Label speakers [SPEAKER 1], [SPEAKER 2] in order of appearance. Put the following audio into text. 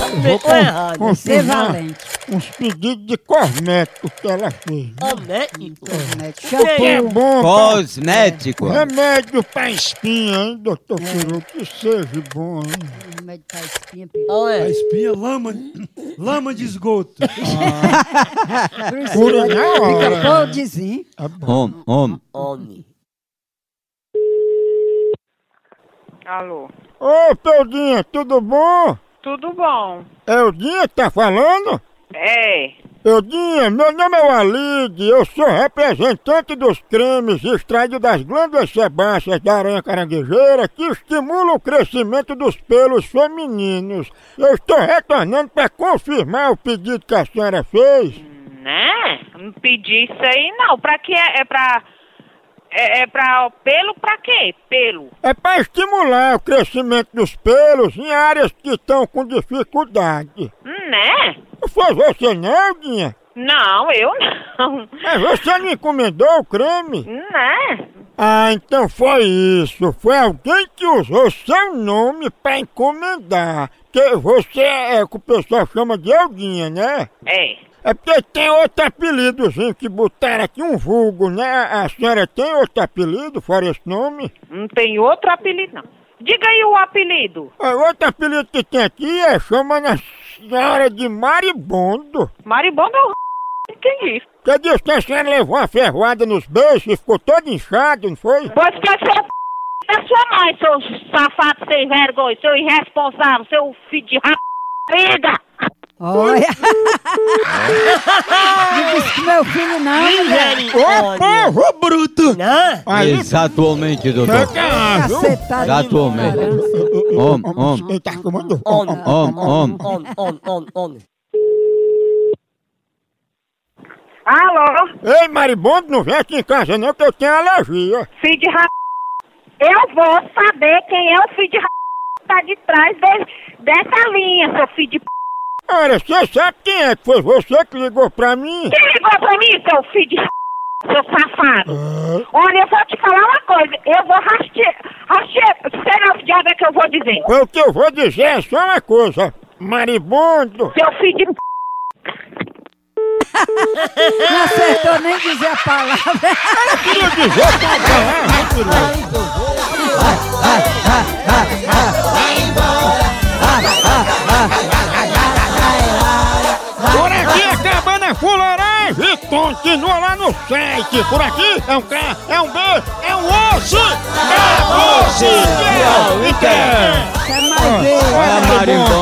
[SPEAKER 1] Também tô errado.
[SPEAKER 2] confirmar
[SPEAKER 3] Prevalente.
[SPEAKER 2] uns pedidos de cosméticos que ela fez.
[SPEAKER 1] Cosmético.
[SPEAKER 3] Net
[SPEAKER 1] O que é
[SPEAKER 2] É
[SPEAKER 1] bom?
[SPEAKER 2] bom pra-
[SPEAKER 4] Cosmético.
[SPEAKER 2] É. remédio pra espinha, hein, doutor
[SPEAKER 3] É.
[SPEAKER 2] Peru? Que seja bom, hein?
[SPEAKER 3] remédio pra espinha, primo.
[SPEAKER 1] Qual
[SPEAKER 5] A
[SPEAKER 1] é?
[SPEAKER 5] espinha, lama, lama de esgoto.
[SPEAKER 3] Bruce
[SPEAKER 2] Cura
[SPEAKER 3] Lee,
[SPEAKER 2] na
[SPEAKER 3] Fica
[SPEAKER 2] hora.
[SPEAKER 3] podrezinho.
[SPEAKER 2] É bom.
[SPEAKER 4] Homem, homem.
[SPEAKER 1] Homem.
[SPEAKER 6] Alô,
[SPEAKER 2] Ô, Peudinha, tudo bom?
[SPEAKER 6] tudo bom?
[SPEAKER 2] Eudinha que tá falando?
[SPEAKER 6] É,
[SPEAKER 2] Eudinha, meu nome é Walid, eu sou representante dos cremes extraídos das glândulas sebáceas da aranha caranguejeira que estimulam o crescimento dos pelos femininos. Eu estou retornando para confirmar o pedido que a senhora fez.
[SPEAKER 6] né? Não pedi isso aí não. Pra que é, é pra. É, é pra. Pelo pra quê? Pelo.
[SPEAKER 2] É para estimular o crescimento dos pelos em áreas que estão com dificuldade.
[SPEAKER 6] Né?
[SPEAKER 2] Não foi você não, Eudinha?
[SPEAKER 6] Não, eu não.
[SPEAKER 2] Mas você não encomendou o creme?
[SPEAKER 6] Né?
[SPEAKER 2] Ah, então foi isso. Foi alguém que usou seu nome pra encomendar. Que você é o que o pessoal chama de Eldinha, né?
[SPEAKER 6] É.
[SPEAKER 2] É porque tem outro apelidozinho que botaram aqui um vulgo, né? A senhora tem outro apelido fora esse nome?
[SPEAKER 6] Não tem outro apelido, não. Diga aí o apelido.
[SPEAKER 2] Ah, outro apelido que tem aqui é chamando a senhora de Maribondo.
[SPEAKER 6] Maribondo é o entendi.
[SPEAKER 2] Que disse que a senhora levou uma ferroada nos beijos e ficou todo inchado, não foi?
[SPEAKER 6] Pois que é seu p... da sua mãe, seu safado sem vergonha, seu irresponsável, seu filho de rap...
[SPEAKER 3] Olha. Não disse que meu filho não, mulher.
[SPEAKER 2] Ô,
[SPEAKER 1] Misericórdia.
[SPEAKER 2] porra!
[SPEAKER 5] Bruto!
[SPEAKER 1] Não?
[SPEAKER 2] Aí,
[SPEAKER 4] Exatamente, doutor.
[SPEAKER 3] Cacetada.
[SPEAKER 4] Exatamente. Hum, Homem, homem.
[SPEAKER 2] Ele tá fumando.
[SPEAKER 1] Homem.
[SPEAKER 4] Homem, homem.
[SPEAKER 1] Homem, homem, homem, homem.
[SPEAKER 6] Alô,
[SPEAKER 2] Ei, maribondo, não vem aqui em casa não que eu tenho alergia.
[SPEAKER 6] filho de rap... Eu vou saber quem é o filho de rap... tá de trás de- dessa linha, seu filho de p...
[SPEAKER 2] Olha, você sabe quem é que foi você que ligou pra mim?
[SPEAKER 6] Quem ligou pra mim, seu filho de rap... seu safado?
[SPEAKER 2] Ah,
[SPEAKER 6] Olha, eu vou te falar uma coisa, eu vou rastear... Rastear... Sei lá o diabo é que eu vou dizer.
[SPEAKER 2] Foi o que eu vou dizer é só uma coisa. Maribondo,
[SPEAKER 6] Seu filho de p...
[SPEAKER 3] Não acertou nem dizer a palavra.
[SPEAKER 2] queria dizer que eu tava lá, Por aqui acabando a fuleiragem, continua lá no site. Por aqui é um K, é um B, é um osso. É osso, é o
[SPEAKER 3] Quero mais ver.
[SPEAKER 4] É, Maribondo.